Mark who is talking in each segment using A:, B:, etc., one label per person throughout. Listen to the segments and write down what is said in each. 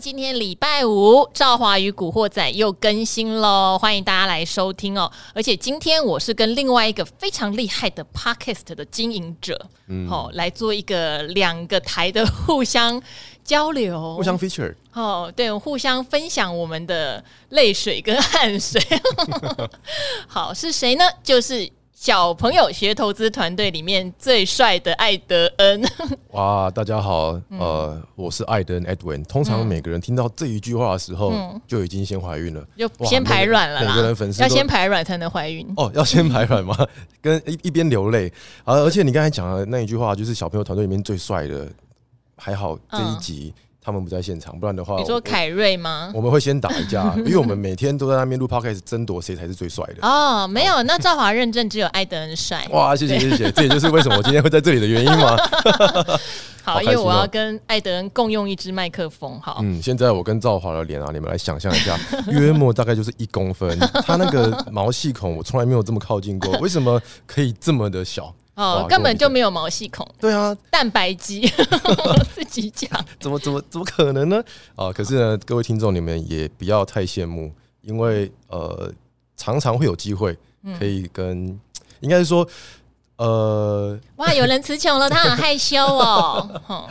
A: 今天礼拜五，《赵华与古惑仔》又更新喽，欢迎大家来收听哦。而且今天我是跟另外一个非常厉害的 Podcast 的经营者，
B: 嗯
A: 哦，来做一个两个台的互相 交流，
B: 互相 feature，
A: 哦，对，互相分享我们的泪水跟汗水。 好，是谁呢？就是小朋友学投资团队里面最帅的艾德恩。
B: 哇，大家好，呃，我是艾登 Edwin。通常每个人听到这一句话的时候，就已经先怀孕了，
A: 就
B: 哇
A: 先排卵了
B: 每
A: 啦，
B: 个每个人粉丝
A: 要
B: 都
A: 先排卵才能怀孕。
B: 哦，要先排卵吗？ 跟一一边流泪啊！而且你刚才讲的那一句话，就是小朋友团队里面最帅的，还好这一集他们不在现场，不然的话，
A: 你说
B: 我
A: 凯瑞吗？
B: 我们会先打一架，因为我们每天都在那边录 podcast 争夺谁才是最帅的。
A: 哦，没有，那赵华认证只有艾德恩帅。
B: 哇，谢谢谢谢，这也就是为什么我今天会在这里的原因嘛。
A: 好，
B: 好
A: 因为
B: 开心
A: 我
B: 哦
A: 要跟艾德恩共用一支麦克风。好，
B: 嗯，现在我跟赵华的脸啊，你们来想象 一下，约莫大概就是一公分，他那个毛细孔我从来没有这么靠近过，为什么可以这么的小？哇
A: 哦，根本就
B: 跟我比
A: 没有毛细孔，
B: 对啊，
A: 蛋白肌， 自己讲。
B: 怎么怎么怎么可能呢？啊，可是呢，各位听众你们也不要太羡慕，因为呃，常常会有机会
A: 嗯
B: 可以跟，应该是说，呃，
A: 哇，有人词穷了，他很害羞哦。哦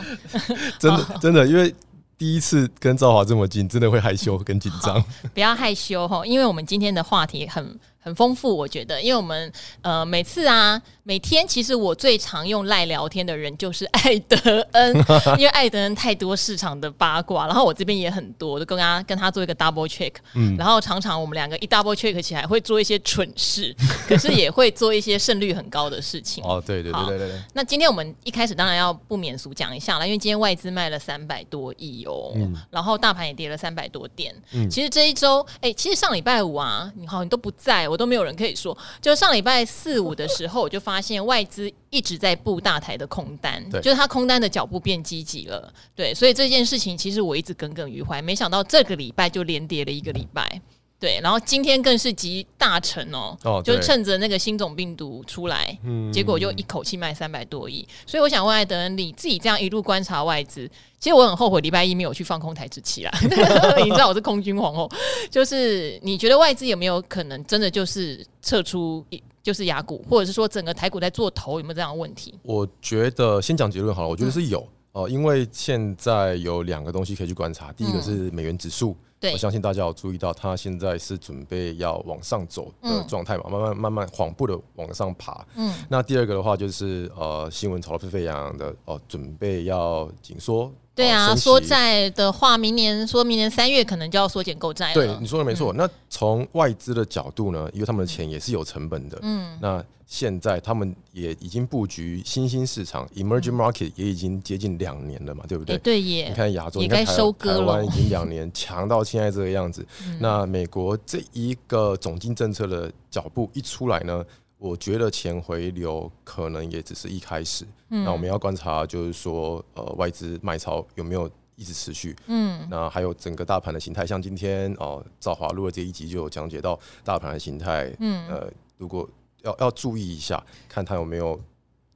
B: 真的真的，因为第一次跟赵华这么近，真的会害羞跟紧 张。
A: 不要害羞哈，因为我们今天的话题很很丰富，我觉得，因为我们呃每次啊每天，其实我最常用赖聊天的人就是艾德恩，因为艾德恩太多市场的八卦，然后我这边也很多，我就跟他跟他做一个 double check，嗯，然后常常我们两个一 double check 起来会做一些蠢事，可是也会做一些胜率很高的事情。
B: 哦，对对对对对对，
A: 那今天我们一开始当然要不免俗讲一下了，因为今天外资卖了三百多亿哦，然后大盘也跌了三百多点。其实这一周，哎、其实上礼拜五啊，你好，你都不在，我都没有人可以说。就上礼拜四五的时候，我就发现外资一直在布大台的空单，
B: 对
A: 就是它空单的脚步变积极了。对，所以这件事情其实我一直耿耿于怀，没想到这个礼拜就连跌了一个礼拜。对，然后今天更是集大成哦，
B: 哦
A: 就
B: 对
A: 趁着那个新种病毒出来，
B: 嗯
A: 结果就一口气卖三百多亿。所以我想问艾德恩，你自己这样一路观察外资，其实我很后悔礼拜一没有去放空台之期啦。 你知道我是空军皇后，就是你觉得外资有没有可能真的就是撤出一，就是雅股，或者是说整个台股在做头有没有这样的问题？
B: 我觉得先讲结论好了，我觉
A: 嗯
B: 得是有哦、因为现在有两个东西可以去观察，第一个是美元指数。
A: 嗯对
B: 我相信大家有注意到，它现在是准备要往上走的状态嘛，慢慢慢慢缓步的往上爬。
A: 嗯，
B: 那第二个的话就是呃，新闻吵得沸沸扬扬的哦、准备要紧缩，
A: 对
B: 呃
A: 啊，
B: 升息
A: 说债的话，明年说明年三月可能就要缩减购债了。
B: 对，你说的没错。那从外资的角度呢，因为他们的钱也是有成本的，嗯，那现在他们也已经布局新兴市场 （emerging market） 也已经接近两年了嘛，对不
A: 哎
B: 对？
A: 对
B: 你
A: 耶，
B: 看亚洲，
A: 也
B: 你看
A: 该
B: 台
A: 收割
B: 台湾
A: 了嗯
B: 已经两年 强到现在这个样子。那美国这一个总金政策的脚步一出来呢，我觉得钱回流可能也只是一开始。
A: 嗯
B: 那我们要观察就是说，呃，外资卖超有没有一直持续？嗯，那还有整个大盘的形态，像今天哦，赵华录的这一集就有讲解到大盘的形态。嗯，呃，如果要要注意一下，看它有没有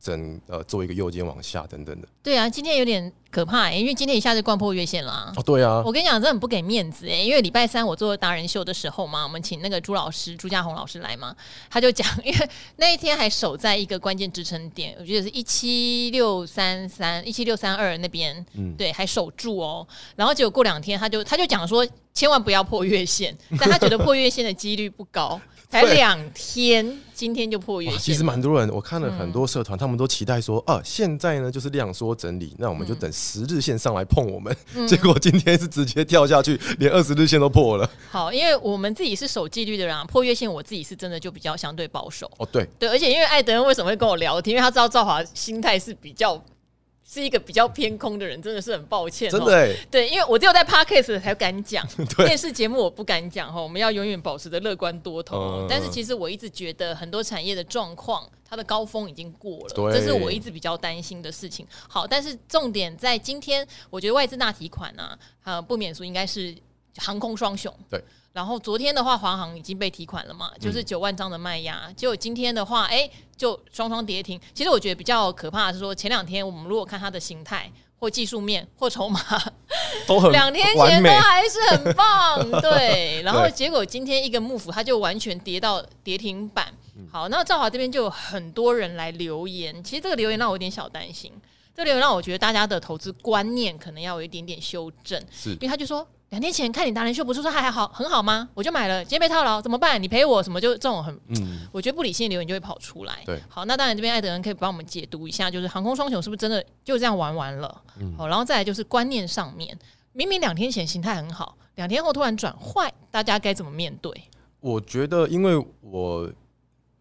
B: 整呃做一个右肩往下等等的。
A: 对啊，今天有点可怕、因为今天一下就灌破月线啦、
B: 哦，对啊，
A: 我跟你讲，真的很不给面子哎、因为礼拜三我做达人秀的时候嘛，我们请那个朱老师朱家红老师来嘛，他就讲，因为那一天还守在一个关键支撑点，我觉得是一七六三三、一七六三二那边，
B: 嗯
A: 对，还守住哦。然后结果过两天他就他就讲说，千万不要破月 线，但他觉得破月线的几率不高，才
B: 对
A: 两天，今天就破月
B: 哇，
A: 线了，
B: 其实蛮多人，我看了
A: 嗯
B: 很多社团，他们都期待说，啊，现在呢就是量缩整理，那我们就
A: 嗯
B: 等十日线上来碰我们。结果今天是直接掉下去，连二十日线都 破了。
A: 好，因为我们自己是守纪律的人、啊，破月线我自己是真的就比较相对保守。
B: 哦，对，
A: 对，而且因为艾德恩为什么会跟我聊天，因为他知道赵华心态是比较是一个比较偏空的人，真的是很抱歉、哦，
B: 真的、欸，
A: 对，因为我只有在 podcast 才敢讲，
B: 对
A: 电视节目我不敢讲哈。我们要永远保持着乐观多头、
B: 嗯
A: 但是其实我一直觉得很多产业的状况，它的高峰已经过了，
B: 对
A: 这是我一直比较担心的事情。好，但是重点在今天，我觉得外资大提款啊，呃，不免俗应该是。航空双雄。
B: 对。嗯
A: 然后昨天的话，华航已经被提款了嘛，就是九万张的卖压。结果今天的话，哎、就双双跌停。其实我觉得比较可怕的是说，前两天我们如果看它的形态或技术面或筹码，
B: 都很
A: 两天
B: 完
A: 前都
B: 美，
A: 还是很棒， 对。然后
B: 对
A: 结果今天一个幕府，它就完全跌到跌停板。
B: 嗯
A: 好，那赵华这边就有很多人来留言，其实这个留言让我有点小担心。这个留言让我觉得大家的投资观念可能要有一点点修正，
B: 是
A: 因为他就说两天前看你达人秀不是说他还好很好吗？我就买了，今天被套牢怎么办？你赔我什么？就这种很
B: 嗯，
A: 我觉得不理性的留言就会跑出来。
B: 对
A: 好，那当然这边艾德人可以帮我们解读一下，就是航空双雄是不是真的就这样玩完了？
B: 嗯
A: 好，然后再来就是观念上面，明明两天前形态很好，两天后突然转坏，大家该怎么面对？
B: 我觉得因为我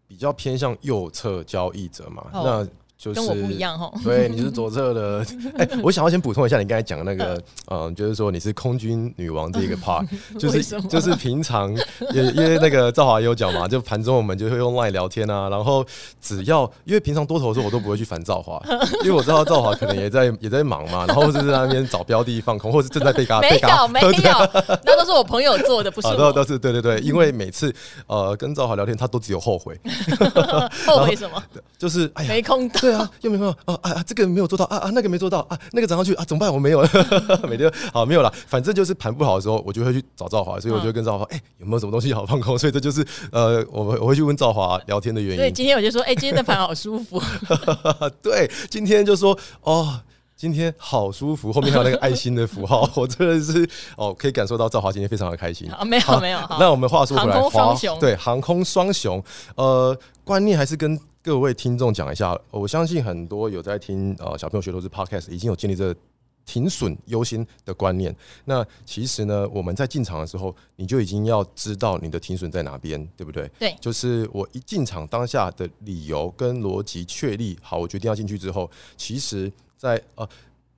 B: 比较偏向右侧交易者嘛，
A: 哦
B: 那就是
A: 跟我不一。样哦。
B: 对，你是左侧的。哎、我想要先补充一下你刚才讲那个，嗯、就是说你是空军女王 这个 part，就
A: 为什
B: 是
A: 么
B: 就是平常也因为那个赵华也有讲嘛，就盘中我们就会用 LINE 聊天啊，然后只要因为平常多头的时候我都不会去烦赵 华，因为我知道赵华可能也在也在忙嘛，然后就是在那边找标的放 空，或是正在被嘎
A: 没
B: 被嘎
A: 有 没有，那都是我朋友做的，不是
B: 啊，都
A: 我。
B: 都是对对对，因为每次呃跟赵华聊天，他都只有后悔，
A: 后悔什 么？
B: 就是哎呀，
A: 没空到。
B: 对啊，又没有啊啊啊，这个没有做到啊啊，那个没做到啊，那个涨上去啊，怎么办？我没有， 每天好没有啦，反正就是盘不好的时候，我就会去找赵华，所以我就会跟赵华，哎、有没有什么东西好放空？所 以这就是呃，我我会去问赵华聊天的原
A: 所以
B: 因。
A: 今天我就说，哎、今天的盘好舒服，
B: 对，今天就说哦。今天好舒服，后面还有那个爱心的符号，我真的是哦，可以感受到赵华今天非常的开心。
A: 啊，没有没有，好
B: 那我们话说回来，
A: 航空双
B: 华
A: 雄
B: 对航空双雄，呃，观念还是跟各位听众讲一下。我相信很多有在听呃小朋友学投资 podcast，已经有建立这个停损优先的观念。那其实呢，我们在进场的时候，你就已经要知道你的停损在哪边，对不对？
A: 对
B: 就是我一进场当下的理由跟逻辑确立好，我决定要进去之后，其实在呃。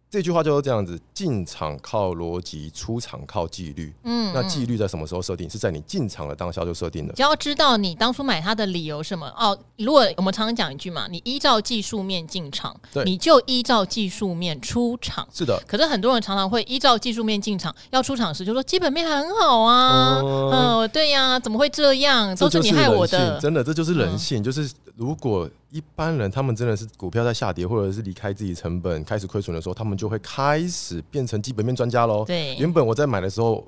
B: 这句话就是这样子：进场靠逻辑，出场靠纪律。
A: 嗯，
B: 那纪律在什么时候设定？是在你进场的当下就设定的
A: 你。就要知道你当初买它的理由是什么哦。如果我们常常讲一句嘛，你依照技术面进场
B: 对，
A: 你就依照技术面出场。
B: 是的，
A: 可是很多人常常会依照技术面进场，要出场时就说基本面还很好啊，嗯、
B: 嗯
A: 对呀、怎么会这样？
B: 这
A: 都是
B: 就
A: 你
B: 是
A: 害我
B: 人性，
A: 的。嗯
B: 真的，这就是人性。就是如果一般人他们真的是股票在下跌，或者是离开自己成本开始亏损的时候，他们就会开始变成基本面专家喽。
A: 对，
B: 原本我在买的时候，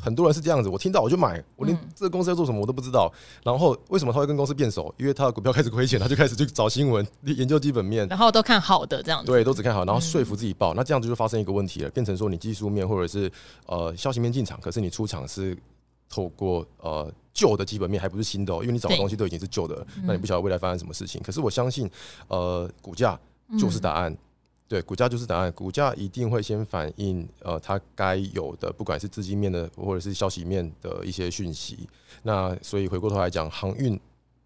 B: 很多人是这样子，我听到我就买，我连
A: 嗯
B: 这个公司要做什么我都不知道。然后为什么他会跟公司变熟？因为他的股票开始亏钱，他就开始去找新闻研究基本面，
A: 然后都看好的这样子。
B: 对，都只看好，然后说
A: 嗯
B: 服自己报，那这样子就发生一个问题了，变成说你技术面或者是呃消息面进场，可是你出场是透过呃旧的基本面，还不是新的、哦，因为你找的
A: 对嗯
B: 东西都已经是旧的了，那你不晓得未来发生什么事情。可是我相信，呃，股价
A: 嗯
B: 就是答案。对，股价就是答案。股价一定会先反映呃，它该有的，不管是资金面的或者是消息面的一些讯息。那所以回过头来讲，航运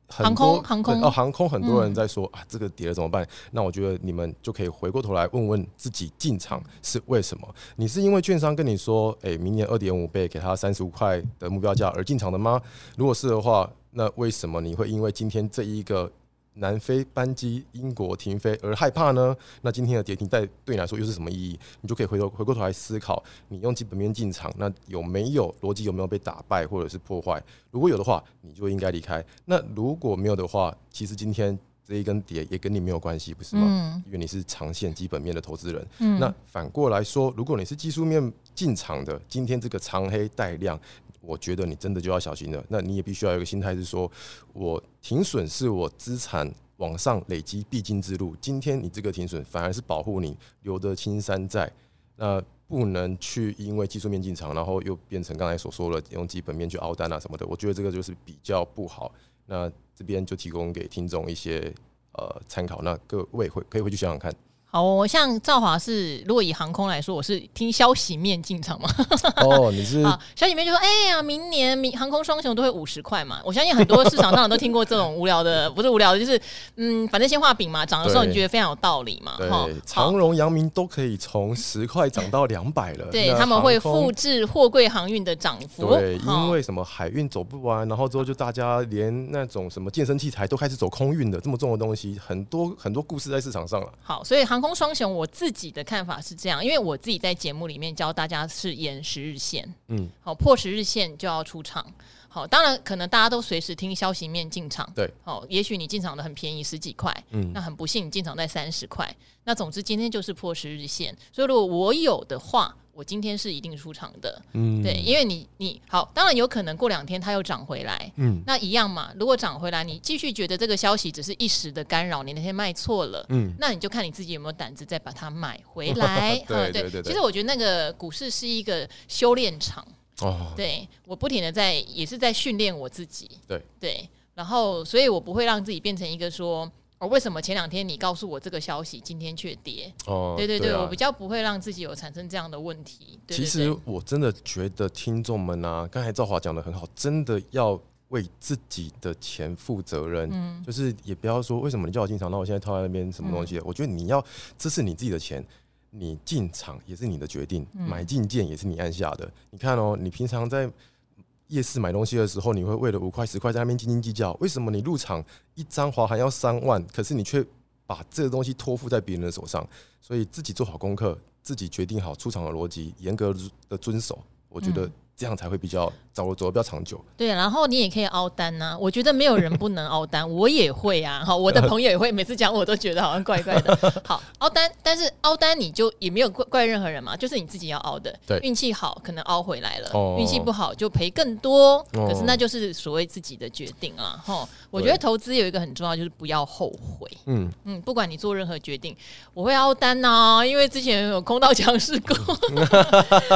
B: 很
A: 航空
B: 多、
A: 航空
B: 对哦，航空很多人在说、啊，这个跌了怎么办？那我觉得你们就可以回过头来问问自己进场是为什么？你是因为券商跟你说，诶，明年二点五倍给他三十五块的目标价而进场的吗？如果是的话，那为什么你会因为今天这一个南非班机英国停飞而害怕呢？那今天的跌停在对你来说又是什么意义？你就可以回头回过头来思考，你用基本面进场，那有没有逻辑有没有被打败或者是破坏？如果有的话，你就应该离开。那如果没有的话，其实今天这一根跌也跟你没有关系，不是吗？
A: 嗯
B: 因为你是长线基本面的投资人。
A: 嗯
B: 那反过来说，如果你是技术面进场的，今天这个长黑带量，我觉得你真的就要小心了。那你也必须要有一个心态是说，我停损是我资产。往上累积必经之路，今天你这个停损反而是保护你留得青山在，那不能去因为技术面进场，然后又变成刚才所说的用基本面去凹单啊什么的，我觉得这个就是比较不好。那这边就提供给听众一些呃参考，那各位会可以回去想想看。
A: 好、哦，像赵华是，如果以航空来说，我是听消息面进场嘛，
B: 哦，你是
A: 啊，消息面就说，哎呀，明年明航空双雄都会五十块嘛。我相信很多市场上的都听过这种无聊的，不是无聊的，就是嗯，反正先画饼嘛，涨的时候
B: 对
A: 你觉得非常有道理嘛，齁
B: 对
A: 好
B: 长荣、阳明都可以从十块涨到两百了。
A: 对
B: 那
A: 他们会
B: 航空
A: 复制货柜航运的涨幅，
B: 对，
A: 齁
B: 因为什么海运走不完，然后之后就大家连那种什么健身器材都开始走空运的，这么重的东西，很多很多故事在市场上了。
A: 好，所以航空双雄，我自己的看法是这样，因为我自己在节目里面教大家是演十日线，
B: 嗯，
A: 好破十日线就要出场。好，当然可能大家都随时听消息面进场，
B: 对，
A: 好，也许你进场的很便宜十几块，
B: 嗯
A: 那很不幸你进场在三十块，那总之今天就是破十日线，所以如果我有的话，我今天是一定出场的，
B: 嗯，
A: 对，，因为你你好，当然有可能过两天它又涨回来，
B: 嗯
A: 那一样嘛。如果涨回来，你继续觉得这个消息只是一时的干扰，你那天卖错了，
B: 嗯，
A: 那你就看你自己有没有胆子再把它买 回来。
B: 对
A: 啊
B: 对对对
A: 其实我觉得那个股市是一个修炼场，
B: 哦，
A: 对我不停的在也是在训练我自己。
B: 对
A: 对，然后所以我不会让自己变成一个说。哦，为什么前两天你告诉我这个消息，今天却跌？
B: 哦，
A: 对对对，
B: 对啊
A: 我比较不会让自己有产生这样的问题。对
B: 其
A: 对
B: 实
A: 对
B: 我真的觉得听众们啊，刚才赵华讲的很好，真的要为自己的钱负责任。
A: 嗯
B: 就是也不要说为什么你叫我进场，那我现在套在那边什么东西的。我觉得你要这是你自己的钱，你进场也是你的决定，
A: 嗯
B: 买进键也是你按下的。你看哦，你平常在。夜市买东西的时候，你会为了五块十块在那边斤斤计较，为什么你入场一张华还要三万，可是你却把这个东西托付在别人的手上？所以自己做好功课，自己决定好出场的逻辑，严格的遵守，我觉
A: 嗯
B: 得这样才会比较走走得比较长久。
A: 对，然后你也可以凹单呐、我觉得没有人不能凹单， 我也会啊。好，我的朋友也会，每次讲我都觉得好像怪怪的。好，凹单，但是凹单你就也没有怪怪任何人嘛，就是你自己要凹的。
B: 对
A: 运气好可能凹回来了，
B: 哦
A: 运气不好就赔更多。
B: 哦
A: 可是那就是所谓自己的决定啦。吼，我觉得投资有一个很重要就是不要后悔。
B: 嗯，
A: 嗯，不管你做任何决定，我会凹单呐、因为之前有空到强势股。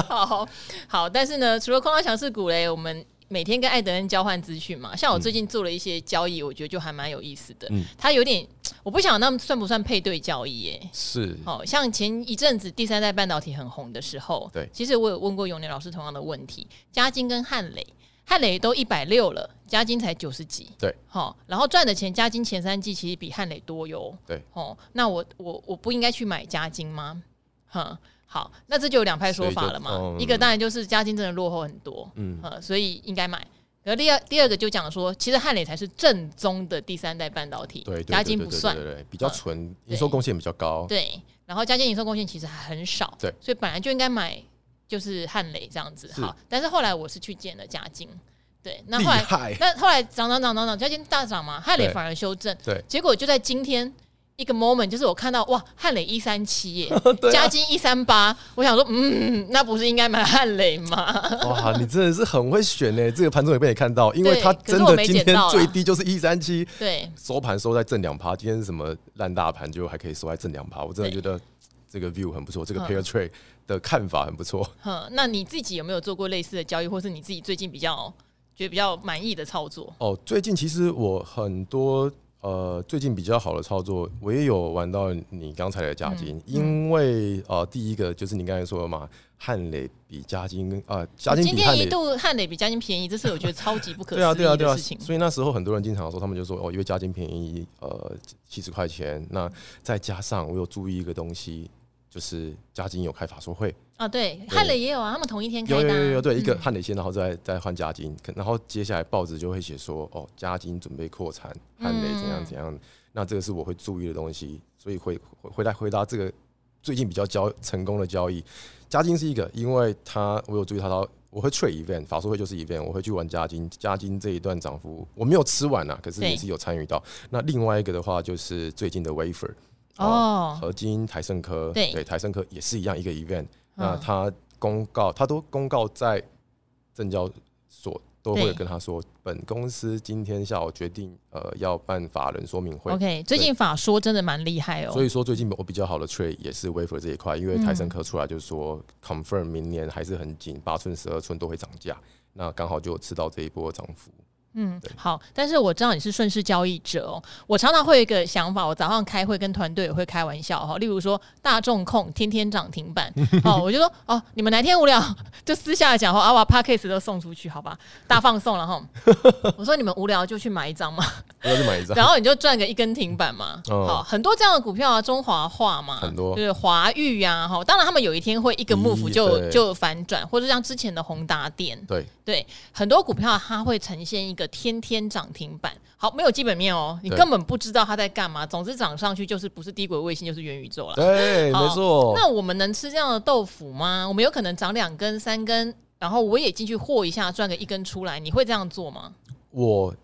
A: 好好，但是呢，除了空到强势股嘞，我们每天跟艾德恩交换资讯嘛。像我最近做了一些交易，我觉得就还蛮有意思的。
B: 嗯
A: 它有点，我不想那算不算配对交易耶、
B: 是
A: 哦，像前一阵子第三代半导体很红的时候，
B: 对
A: 其实我有问过永年老师同样的问题，嘉金跟汉磊，汉磊都一百六了，嘉金才九十几，
B: 对，
A: 好、然后赚的钱，嘉金前三季其实比汉磊多哟，
B: 对，
A: 哦，那我我我不应该去买嘉金吗？哼，好，那这就有两派说法了嘛，
B: 所以就嗯
A: 一个当然就是嘉金真的落后很多，
B: 嗯
A: 呃，所以应该买。而第二第二个就讲说，其实汉磊才是正宗的第三代半导体，
B: 对，对
A: 嘉金
B: 对
A: 不
B: 对
A: 算
B: 对，对对比较纯，
A: 对
B: 营收贡献比较高。
A: 对，然后加建营收贡献其实还很少，
B: 对，
A: 所以本来就应该买就是汉磊这样子
B: 是
A: 好，但是后来我是去建了加金，对，那
B: 厉
A: 后来
B: 害，
A: 那后来涨涨涨涨涨，加金大涨嘛，汉磊
B: 对
A: 反而修正，
B: 对，
A: 结果就在今天。一个 moment 就是我看到哇，汉磊一三七耶，
B: 对啊
A: 加金一三八，我想说，嗯，那不是应该买汉磊吗？
B: 哇，你真的是很会选呢。这个盘中也被你看到，因为
A: 对
B: 它
A: 可是
B: 真
A: 我
B: 的
A: 没
B: 今
A: 捡
B: 天
A: 到啦啊
B: 最低就是一三七，
A: 对，
B: 收盘收在正两趴。今天是什么烂大盘，就还可以收在正两趴，我真的觉得这个 view 很不错，这个
A: 嗯
B: pair trade 的看法很不错。
A: 哼，那你自己有没有做过类似的交易，或是你自己最近比较觉得比较满意的操作？
B: 哦，最近其实我很多呃，最近比较好的操作，我也有玩到你刚才的加
A: 嗯
B: 金，因为呃，第一个就是你刚才说的嘛，汉磊比加金啊、呃，加金
A: 今
B: 比汉
A: 天
B: 磊
A: 一。度汉磊比嘉金便宜，这是我觉得超级不可
B: 对啊，
A: 思
B: 对啊，
A: 议
B: 对啊
A: 的事情，。
B: 所以那时候很多人经常说，他们就说哦，因为加金便宜，呃，七十块钱。那再加上我有注意一个东西，就是加金有开法说会，
A: 啊，对，
B: 对
A: 汉磊也有啊，他们同一天开
B: 有
A: 的、
B: 有
A: 啊。
B: 有有，对，一个汉磊先，然后再再换加金，可然后接下来报纸就会写说，哦，加金准备扩产，汉磊怎
A: 嗯
B: 样怎样，那这个是我会注意的东西，所以回回回答回答这个最近比较交成功的交易，加金是一个，因为它我有注意它到。我会 trade event，法说会就是 event，我会去玩加金，加金这一段涨幅我没有吃完呐、啊，可是
A: 对
B: 也是有参与到。那另外一个的话就是最近的 wafer，
A: 哦，
B: 合金、台盛科，
A: 对
B: 台盛科也是一样一个 event，、那
A: 嗯，
B: 他公告，他都公告在证交所都
A: 对
B: 会跟他说，本公司今天下午决定呃要办法人说明会。
A: OK，最近法说真的蛮厉害哦。
B: 所以说，最近我比较好的 trade 也是 wafer 这一块，因为台升科出来就
A: 嗯
B: 是说 confirm 明年还是很紧，八寸、十二寸都会涨价，那刚好就吃到这一波涨幅。
A: 嗯
B: 对，
A: 好，但是我知道你是顺势交易者哦。我常常会有一个想法，我早上开会跟团队也会开玩笑哈、哦，例如说大众控天天涨停板哦，我就说哦，你们哪天无聊就私下讲哦，啊，把 p a c k a g e 都送出去，好吧，大放送了哈。 我说你们无聊就去买一张嘛，
B: 我要去买一张，
A: 然后你就赚个一根停板 嘛。
B: 哦
A: 好，很多这样的股票啊，中华化嘛，
B: 很多
A: 就是华域啊，哈，当然他们有一天会一个
B: 咦
A: move 就
B: 对
A: 就反转，或者像之前的宏达电，
B: 对，
A: 对，很多股票它会呈现一个天天涨停板。好，没有基本面哦，你根本不知道它在干嘛。总之涨上去就是不是低轨卫星就是元宇宙了。
B: 对，
A: 好
B: 没错。
A: 那我们能吃这样的豆腐吗？我们有可能长两根、三根，然后我也进去和一下，赚个一根出来。你会这样做吗？
B: 我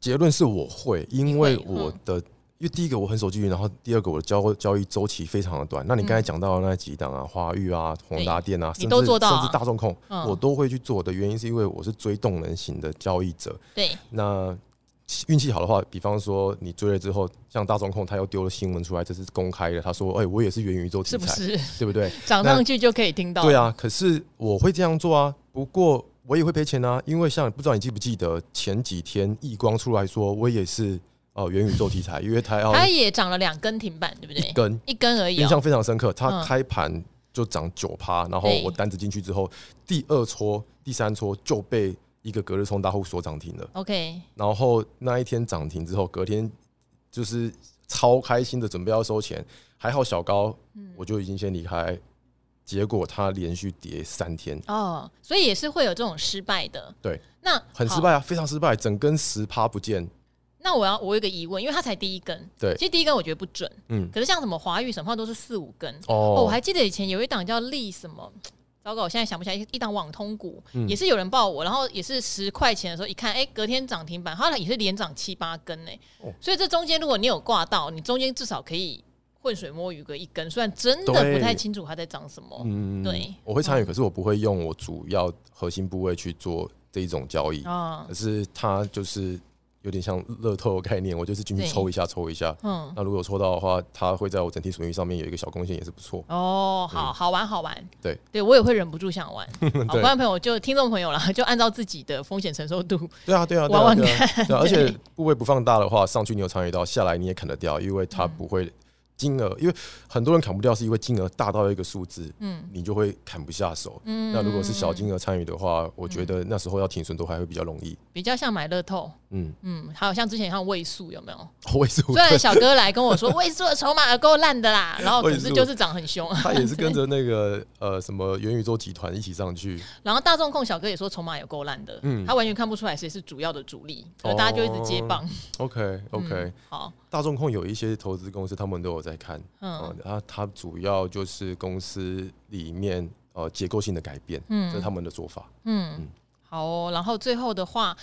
B: 结论是我会，因为
A: 你会嗯
B: 我的，因为第一个我很守纪律，然后第二个我的交交易周期非常的短。那你刚才讲到的那几档啊，华域啊、宏达电啊，
A: 嗯你
B: 甚
A: 都
B: 至
A: 做到啊
B: 甚至大众控，
A: 嗯
B: 我都会去做的原因是因为我是追动能型的交易者。
A: 对，
B: 那运气好的话，比方说你追了之后，像大众控他又丢了新闻出来，这是公开的，他说：“哎、我也是元宇宙题
A: 是不
B: 材，
A: 是
B: 对不对？”
A: 涨上去就可以听到？
B: 对，啊，可是我会这样做啊，不过我也会赔钱啊，因为像不知道你记不记得前几天易光出来说，我也是哦、呃元宇宙 题材，因为他要
A: 它也涨了两根停板，对不对
B: 哦一？根，
A: 一根而已、
B: 印
A: 哦
B: 象。非常深刻，它
A: 嗯
B: 开盘就涨九趴，然后
A: 对
B: 我单子进去之后，第二撮、第三撮就被一个隔日冲大户所涨停了，
A: OK，
B: 然后那一天涨停之后，隔天就是超开心的准备要收钱，还好小高
A: 嗯
B: 我就已经先离开，结果它连续跌三天。
A: 哦，所以也是会有这种失败的。
B: 对，
A: 那
B: 很失
A: 好
B: 败啊，非常失败，整根十趴不见。
A: 那我要我有一个疑问，因为它才第一根，
B: 对
A: 其实第一根我觉得不准，
B: 嗯，
A: 可是像什么华语什么它都是四五根。哦，我
B: 哦，
A: 还记得以前有一档叫利什么。糟糕，我现在想不起来一档网通股，
B: 嗯
A: 也是有人报我，然后也是十块钱的时候一看，哎、隔天涨停板，它也是连涨七八根呢、
B: 哦
A: 所以这中间如果你有挂到，你中间至少可以浑水摸鱼个一根，虽然真的不
B: 对
A: 太清楚它在涨什么。
B: 嗯
A: 对
B: 我会参与，可是我不会用我主要核心部位去做这一种交易，
A: 啊
B: 可，是它就是有点像乐透的概念，我就是进去
A: 对
B: 抽一下，抽一下。
A: 嗯，
B: 那如果抽到的话，它会在我整体损益上面有一个小贡献，也是不错。
A: 哦，好好玩，好玩。
B: 对，
A: 对我也会忍不住 想玩。好，
B: 对
A: 观众朋友就听众朋友啦，就按照自己的风险承受度。
B: 对啊，对啊，对
A: 玩
B: 啊，
A: 玩
B: 对啊，对啊。而且部位不放大的话，上去你有参与到，下来你也砍得掉，因为它不会金额，因为很多人砍不掉，是因为金额大到一个数字，
A: 嗯
B: 你就会砍不下手。
A: 嗯，
B: 那如果是小金额参与的话，我觉得那时候要停损都还会比较容易。
A: 比较像买乐透，
B: 嗯，
A: 嗯，还有像之前像位数有没有？
B: 我也是，
A: 虽然小哥来跟我说位数的筹码够烂的啦，然后可
B: 位
A: 是
B: 数
A: 就是涨很凶。
B: 他也是跟着那个呃什么元宇宙集团一起上去。
A: 然后大众控小哥也说筹码有够烂的，
B: 嗯
A: 他完全看不出来谁是主要的主力，可大家就一直接棒。
B: OK OK，、
A: 嗯好，
B: 大众控有一些投资公司，他们都有在看。
A: 嗯
B: 嗯，然后它主要就是公司里面呃结构性的改变，这是
A: 嗯
B: 他们的做法。
A: 嗯
B: 嗯，
A: 好哦。然后最后的话。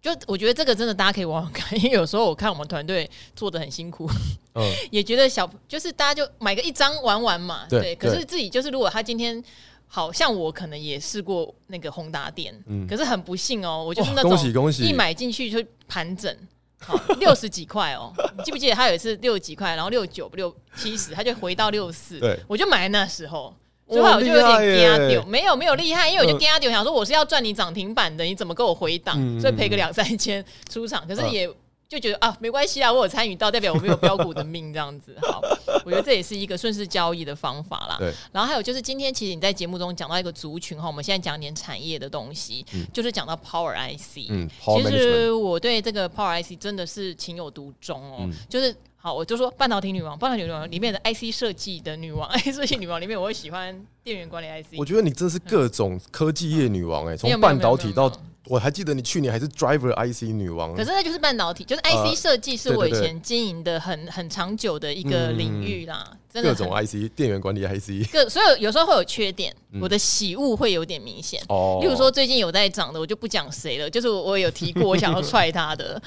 A: 就我觉得这个真的大家可以玩玩看，因为有时候我看我们团队做的很辛苦，
B: 嗯，
A: 也觉得小就是大家就买个一张玩玩嘛，
B: 对
A: 可是
B: 对
A: 自己就是如果他今天好像我可能也试过那个宏达店，
B: 嗯
A: 可是很不幸哦，我就是
B: 哇
A: 那种
B: 恭喜恭喜嗯
A: 一买进去就盘整。六十几块哦，你记不记得他有一次六几块，然后六九六七十，他就回到六四
B: 对，
A: 我就买那时候，
B: 哇
A: 所以后来我就有点
B: 厉害
A: 丢
B: 耶
A: 丢，没有没有厉害，因为我就
B: 嗯
A: 跟他丢，想说我是要赚你涨停板的，你怎么给我回档？
B: 嗯
A: 所以赔个两三千出场，可是
B: 嗯
A: 也就觉得啊，没关系啊，我有参与到，代表我没有标股的命这样子。 好，我觉得这也是一个顺势交易的方法啦。
B: 对，
A: 然后还有就是今天其实你在节目中讲到一个族群哈，我们现在讲点产业的东西，就是讲到 Power IC。
B: 嗯，Power
A: 其
B: Management，
A: 实我对这个 Power IC 真的是情有独钟哦，
B: 嗯
A: 就是。好，我就说半导体女王，半导体女王里面的 IC 设计的女王，IC 设计女王里面，我会喜欢电源管理 IC。
B: 我觉得你真是各种科技业女王哎、
A: 没有
B: 从
A: 没有
B: 半导体
A: 嗯没有
B: 到
A: 没有
B: 我还记得你去年还是 Driver IC 女王
A: 可，是那就是半导体，就是 IC
B: 嗯呃
A: 设计是
B: 对
A: 我以
B: 对对
A: 前经营的很很长久的一个领域啦，真的
B: 各
A: 很
B: 种啊 IC 电源管理 IC
A: 各，所以有时候会有缺点，我的喜恶会有点明显。
B: 嗯哦，
A: 例如说，最近有在涨的，我就不讲谁了。就是我我有提过，我想要踹他 的，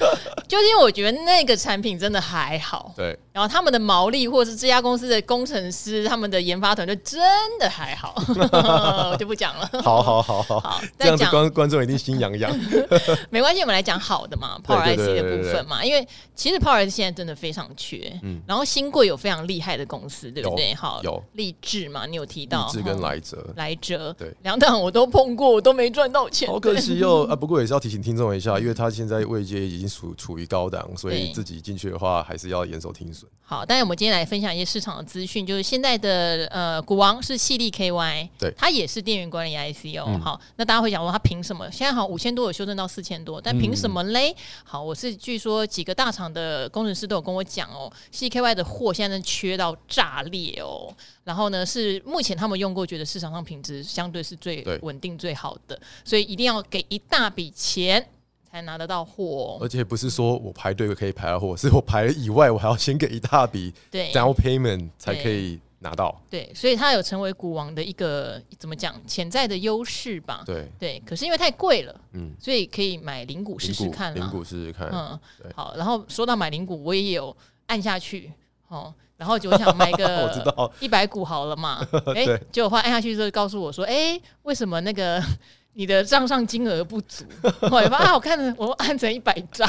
A: 就是因为我觉得那个产品真的还好，
B: 对。
A: 然后他们的毛利或者是这家公司的工程师、他们的研发团队真的还好， 我就不讲了。
B: 好好好好，
A: 好，
B: 这样
A: 再
B: 子
A: 讲
B: 观观众一定心痒痒。
A: 没关系，我们来讲好的嘛
B: 对
A: ，Power
B: 对
A: IC
B: 对
A: 的
B: 对对
A: 部分嘛，因为其实 Power IC 现在真的非常缺，
B: 嗯
A: 然后新贵有非常厉害的公司，对不对？
B: 有
A: 好，
B: 有
A: 励志嘛，你有提
B: 励
A: 到
B: 志跟来哲，
A: 来哲，
B: 对
A: 两档我都碰过，我都没赚到钱，
B: 好可惜 哦啊！不过也是要提醒听众一下，因为他现在位阶已经属处于高档，所以
A: 对
B: 自己进去的话还是要严守停损。
A: 好，当然我们今天来分享一些市场的资讯，就是现在的呃，股王是系力 KY，
B: 对
A: 它也是电源管理 IC 哦。
B: 嗯
A: 好，那大家会想说它凭什么？现在好五千多有修正到四千多，但凭什么嘞？
B: 嗯
A: 好，我是据说几个大厂的工程师都有跟我讲哦，系 KY 的货现在真的缺到炸裂哦。然后呢，是目前他们用过，觉得市场上品质相对是最
B: 对
A: 稳定最好的，所以一定要给一大笔钱。才拿得到货。
B: 而且不是说我排队可以排到货，是我排了以外，我还要先给一大笔
A: 对
B: down payment 才可以拿到。
A: 对，所以它有成为股王的一个怎么讲潜在的优势吧。
B: 对，
A: 对，可是因为太贵了，
B: 嗯，
A: 所以可以买零股试试看
B: 零
A: 啦。
B: 股试试看。
A: 嗯
B: 对，
A: 好。然后说到买零股，我也有按下去哦，然后就想买
B: 我知
A: 个
B: 道，
A: 一百股好了 嘛。哎、
B: 对
A: 结果后来按下去之后告诉我说，哎、为什么那个 你的账上金额不足？ 我也发啊，我看着我按成一百张，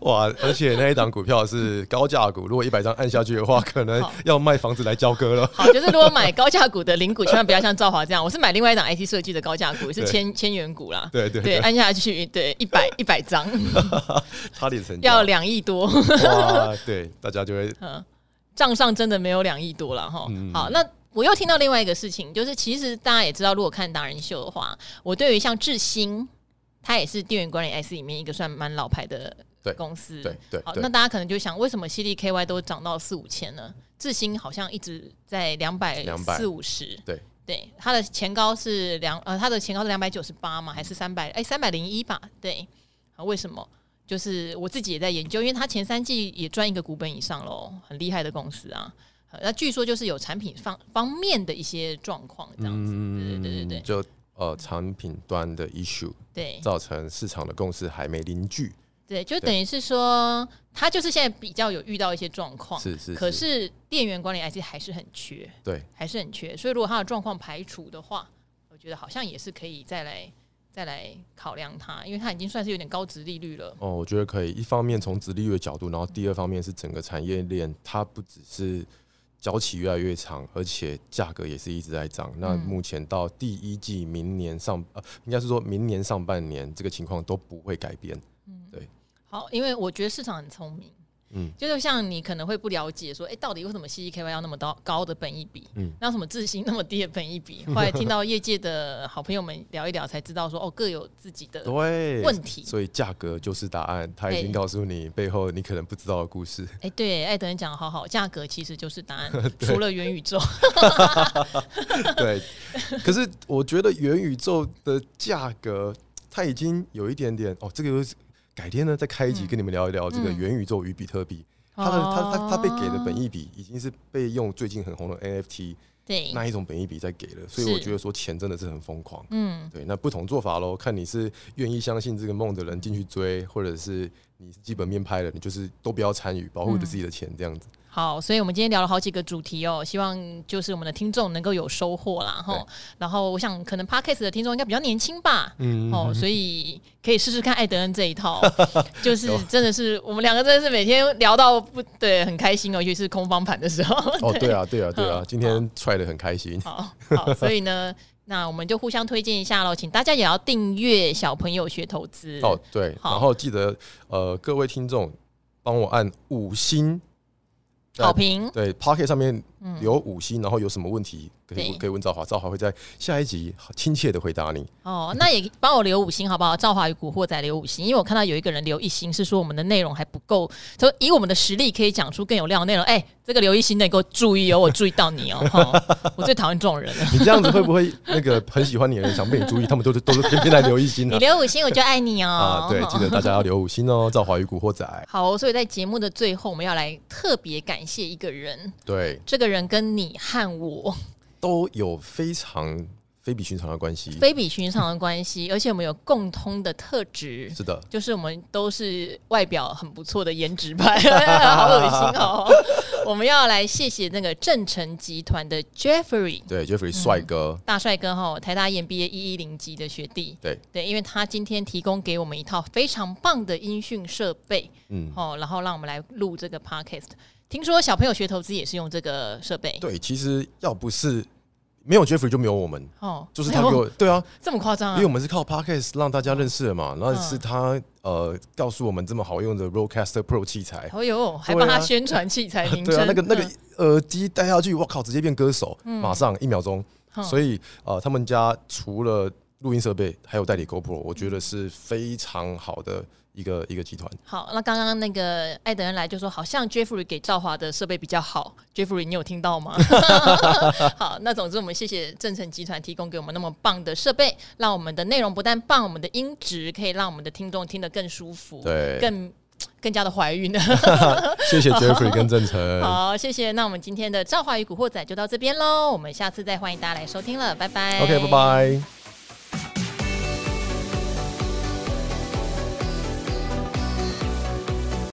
B: 哇！而且那一档股票是高价股，如果一百张按下去的话，可能
A: 好
B: 要卖房子来交割了。
A: 好，就是如果买高价股的零股，千万不要像赵华这样。我是买另外一档 IT 设计的高价股，是
B: 对
A: 千千元股啦。
B: 对对
A: 对，
B: 对，
A: 按下去，对，一百一百 张
B: 差点成交
A: 要两亿多，
B: 哇！对，大家 就会
A: 账上真的没有两亿多了哈。
B: 嗯
A: 好，那我又听到另外一个事情，就是其实大家也知道，如果看达人秀的话，我对于像智新，它也是电源管理 IC 里面一个算蛮老牌的
B: 对
A: 公司。
B: 对对
A: 好，那
B: 对，
A: 大家可能就想，为什么 C D K Y 都涨到四五千呢？智新好像一直在两百
B: 200
A: 四五十，
B: 对
A: 对，它的前高是两呃，它的前高是两百九十八嘛，还是三百？哎，三百零一吧，对啊，为什么？就是我自己也在研究，因为它前三季也赚一个股本以上喽，很厉害的公司啊。呃那据说就是有产品方方面的一些状况，这
B: 嗯
A: 样子，对对对对
B: 就呃产品端的 issue
A: 对
B: 造成市场的共识还没凝聚，
A: 对，就等于是说，它就是现在比较有遇到一些状况，
B: 是是，
A: 哦可是电源管理 IC 还是很缺，
B: 对，
A: 还是很缺。所以如果它的状况排除的话，我觉得好像也是可以再来再来考量它，因为它已经算是有点高值利率了。
B: 哦，我觉得可以。一方面从直利率的角度，然后第二方面是整个产业链，它不只是交期越来越长，而且价格也是一直在涨。那
A: 嗯
B: 目前到第一季明年上，呃，应该是说明年上半年这个情况都不会改变。
A: 好，因为我觉得市场很聪明，
B: 嗯
A: 就是像你可能会不了解说，哎、到底为什么 CDKY 要那么高高的本益比，
B: 嗯
A: 那为什么智新那么低的本益 比？后来听到业界的好朋友们聊一聊，才知道说，哦，各有自己的
B: 对，
A: 呃问题。
B: 所以价格就是答案，它已经
A: 对
B: 告诉你背后你可能不知道的故事。
A: 哎、对，艾德人讲得好好，价格其实就是答 案，除了元宇宙，
B: 对，可是我觉得元宇宙的价格，它已经有一点点哦，这个又是改天呢再开一集跟你们聊一聊这个
A: 嗯哦
B: 元宇宙与比特币。它的它它它被给的本
A: 益
B: 益比已经是被用最近很红的 NFT
A: 对，
B: 那一种本益比在给了，所
A: 嗯
B: 以
A: 是
B: 我觉得说钱真的是很疯狂。
A: 嗯，
B: 对，那不同做法喽，看你是愿意相信这个梦的人进去追，或者是你是基本面拍的，你就是都不要参与，保护着
A: 嗯
B: 自己的钱这样 子。
A: 好，所以我们今天聊了好几个主题哦，希望就是我们的听众能够有收获啦哈
B: 对。
A: 然后我想，可能 podcast 的听众应该比较年轻吧。
B: 嗯，
A: 哦，所以可以试试看艾德恩这一 套，就是
B: 啊
A: 真的是我们两个真的是每天聊到不对，很开心哦，尤其是空方盘的时候。
B: 哦，对啊，对啊，对啊
A: 嗯，
B: 今天踹的很开 心。
A: 好好，所以呢，那我们就互相推荐一下喽，请大家也要订阅小朋友学投资。
B: 哦，对，
A: 好
B: 然后记得呃，各位听众帮我按五星
A: 好评，
B: 对 Pocket 上面留五星，然后有什么问题可以
A: 嗯对
B: 可以问赵华，赵华会在下一集亲切的回答你。
A: 哦，那也帮我留五星好不好？赵华与古惑仔留五星，因为我看到有一个人留一星，是说我们的内容还不够，说以我们的实力可以讲出更有料的内容。哎、这个留一星的，你给我注意哦，我注意到你哦， 哈，我最讨厌这种人 了。
B: 你这样子会不会那个很喜欢你的人想被你注意，他们都是都是偏偏来留一星
A: 你
B: 呢？
A: 留五星，我就爱你 哦。
B: 啊，对，记得大家要留五星哦。赵华与古 惑仔，
A: 好，所以在节目的最后，我们要来特别感谢一个人，
B: 对，
A: 这个人跟你和我
B: 嗯都有非常非比寻常的关系。
A: 非比寻常的关系，而且我们有共通的特质。
B: 是的，
A: 就是我们都是外表很不错的颜值 派，好恶心哦！我们要来谢谢那个正成集团的 Jeffrey
B: 对，Jeffrey 帅哥，
A: 大帅哥哈，台大 EMBA 一一零级的学弟。
B: 对
A: 对，因为他今天提供给我们一套非常棒的音讯设备
B: 嗯，
A: 哦，然后让我们来录这个 podcast。听说小朋友学投资也是用这个设备，
B: 对，其实要不是没有 Jeffrey 就没有我们，
A: 哦，
B: 就是
A: 哎
B: 他
A: 呦
B: 给我，对啊，
A: 这么夸张
B: 因
A: 啊
B: 为我！们是靠 podcast 让大家认识的
A: 嗯
B: 嘛，那是他呃告诉我们这么好用的 Rodecaster Pro 器材，
A: 哦呦，还帮
B: 对啊
A: 他宣传器材名称，
B: 对啊，那个那个
A: 嗯
B: 耳机
A: 嗯
B: 戴下去，我靠，直接变歌手，马上一秒钟。
A: 哼
B: 所以呃，他们家除了录音设备，还有代理 GoPro，
A: 嗯
B: 我觉得是非常好的一个一个集团。
A: 好，那刚刚那个艾德恩来就说，好像 Jeffrey 给赵华的设备比较好。Jeffrey，你有听到吗？ 好，那总之我们谢谢正成集团提供给我们那么棒的设备，让我们的内容不但棒，我们的音质可以让我们的听众听得更舒服，
B: 对，
A: 更更加的怀孕。
B: 谢谢 Jeffrey 跟郑成，
A: 好，谢谢。那我们今天的《赵华与古惑仔》就到这边喽，我们下次再欢迎大家来收听了，拜拜。
B: OK，拜。拜。